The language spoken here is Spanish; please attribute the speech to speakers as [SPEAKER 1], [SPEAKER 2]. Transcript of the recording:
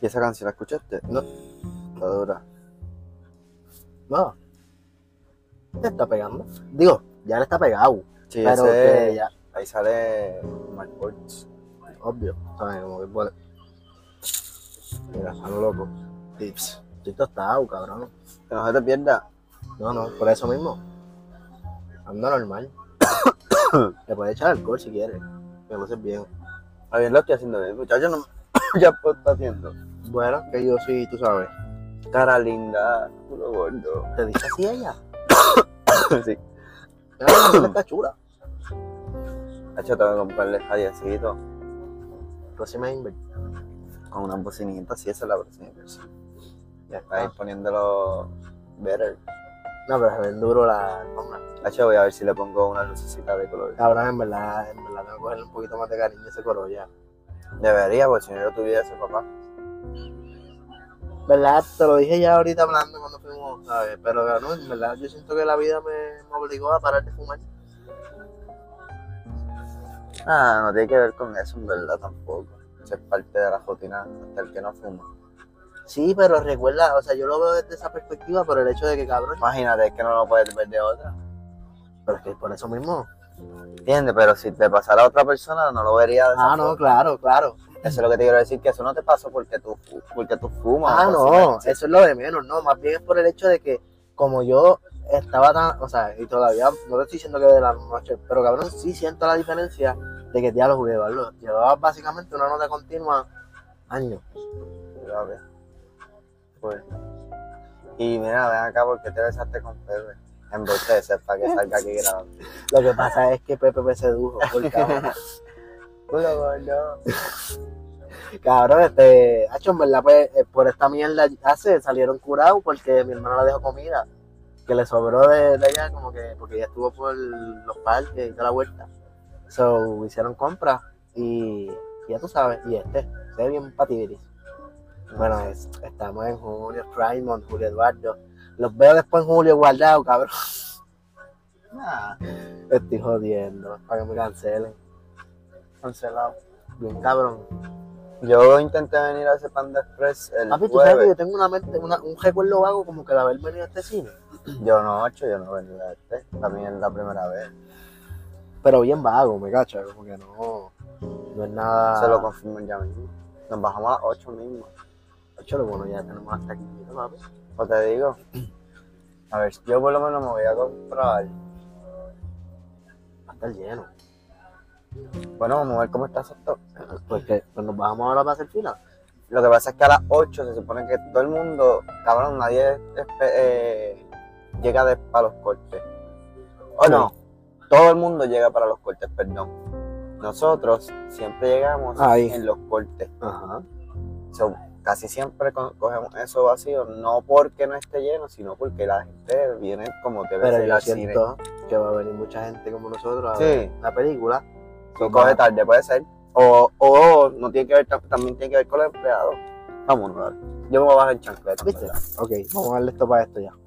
[SPEAKER 1] ¿Y esa canción la escuchaste? No. Está dura. No.
[SPEAKER 2] Te está pegando. Digo, ya le está pegado.
[SPEAKER 1] Sí,
[SPEAKER 2] pero
[SPEAKER 1] ese-
[SPEAKER 2] que ya,
[SPEAKER 1] ahí sale Mark Ports.
[SPEAKER 2] obvio. ¿Sabes? Como que bueno,
[SPEAKER 1] Mira, son loco. Tips.
[SPEAKER 2] estoy tostado, cabrón.
[SPEAKER 1] Que no se te pierda.
[SPEAKER 2] No, no, por eso mismo. Ando normal. Le puedes echar alcohol si quieres. Me luces bien.
[SPEAKER 1] A ver, lo estoy haciendo bien. Muchachos, no ya puedo estar haciendo.
[SPEAKER 2] Bueno, que yo sí, tú sabes.
[SPEAKER 1] Cara linda, culo gordo.
[SPEAKER 2] ¿Te dice así ella?
[SPEAKER 1] sí.
[SPEAKER 2] Ah, la mujer está chula.
[SPEAKER 1] Hacho, tengo que comprarle a Diosito
[SPEAKER 2] Próxima Inver.
[SPEAKER 1] con una bocinita. Sí, esa es la próxima inversión.
[SPEAKER 2] Ya
[SPEAKER 1] Ahí
[SPEAKER 2] está.
[SPEAKER 1] poniéndolo better.
[SPEAKER 2] No, pero se ven duro la norma.
[SPEAKER 1] Hacho, voy a ver si le pongo una lucecita de color.
[SPEAKER 2] Cabrón, en verdad, en verdad tengo que cogerle un poquito más de cariño a ese coro ya.
[SPEAKER 1] Debería, porque si no lo tuviera ese papá.
[SPEAKER 2] ¿Verdad? Te lo dije ya ahorita hablando cuando fuimos, ¿sabes? Pero no, en verdad yo siento que la vida me, me obligó a parar de fumar.
[SPEAKER 1] Ah, no tiene que ver con eso, en verdad, tampoco. Eso es parte de la rutina hasta el que no fuma.
[SPEAKER 2] Sí, pero recuerda, o sea, yo lo veo desde esa perspectiva, pero el hecho de que cabrón.
[SPEAKER 1] Imagínate, es que no lo puedes ver de otra.
[SPEAKER 2] Pero es que por eso mismo.
[SPEAKER 1] ¿Entiendes? Pero si te pasara a otra persona, no lo vería de esa
[SPEAKER 2] Ah, no,
[SPEAKER 1] forma.
[SPEAKER 2] claro, claro.
[SPEAKER 1] Eso es lo que te quiero decir, que eso no te pasó porque tú, fu- porque tú fumas.
[SPEAKER 2] Ah,
[SPEAKER 1] o
[SPEAKER 2] no,
[SPEAKER 1] consumes.
[SPEAKER 2] eso es lo de menos, no, más bien es por el hecho de que como yo estaba tan, o sea, y todavía no te estoy diciendo que de la noche, pero cabrón, sí siento la diferencia de que diablos Julio Eduardo llevaba básicamente una nota continua años.
[SPEAKER 1] Pero, a ver. Pues. Y mira, ven acá porque te besaste con Pepe. En ese para que salga aquí grabando.
[SPEAKER 2] Lo que pasa es que Pepe me sedujo, por cabrón.
[SPEAKER 1] Culo gordo.
[SPEAKER 2] Cabrón, este, hacho, en verdad, pues, eh, por esta mierda hace, salieron curados porque mi hermana le dejó comida, que le sobró de, de ella, como que, porque ella estuvo por los parques y toda la vuelta. So, hicieron compras y, ya tú sabes, y este, se ve bien patibiris. Bueno, es- estamos en junio, Raymond, Julio Eduardo. Los veo después en julio guardado, cabrón.
[SPEAKER 1] Nah,
[SPEAKER 2] Estoy jodiendo, para que me cancelen.
[SPEAKER 1] cancelado.
[SPEAKER 2] Bien, cabrón.
[SPEAKER 1] Yo intenté venir a ese Panda Express el
[SPEAKER 2] Papi, tú sabes que
[SPEAKER 1] jueves.
[SPEAKER 2] yo tengo una mente, una- un recuerdo vago como que de haber venido a este cine.
[SPEAKER 1] Yo no, ocho, yo no he venido a este. También es la primera vez.
[SPEAKER 2] pero bien vago, me cacha, como que no, no es nada.
[SPEAKER 1] Se lo confirmo ya mismo. Nos bajamos a las ocho mismo.
[SPEAKER 2] Ocho, lo bueno, ya tenemos hasta aquí, ¿no, papi?
[SPEAKER 1] O Pues te digo. A ver, yo por lo menos me voy a comprar.
[SPEAKER 2] Va a estar lleno.
[SPEAKER 1] Bueno, vamos a ver cómo está esto.
[SPEAKER 2] Porque pues nos bajamos ahora para hacer fila.
[SPEAKER 1] Lo que pasa es que a las 8 se supone que todo el mundo, cabrón, nadie espe- eh, llega de- para los cortes. O no, todo el mundo llega para los cortes, perdón. Nosotros siempre llegamos
[SPEAKER 2] Ahí.
[SPEAKER 1] en los cortes.
[SPEAKER 2] Ajá.
[SPEAKER 1] So, casi siempre co- cogemos eso vacío, no porque no esté lleno, sino porque la gente viene como debe
[SPEAKER 2] Pero
[SPEAKER 1] ser
[SPEAKER 2] yo
[SPEAKER 1] al cine.
[SPEAKER 2] siento que va a venir mucha gente como nosotros a ver
[SPEAKER 1] Sí,
[SPEAKER 2] la película.
[SPEAKER 1] so, coge tarde, puede ser. O, o no tiene que ver, tam- también tiene que ver con los empleados. Vámonos, dale. Yo me voy a bajar el chancleta.
[SPEAKER 2] ¿Viste? Ok, vamos a darle esto para esto ya.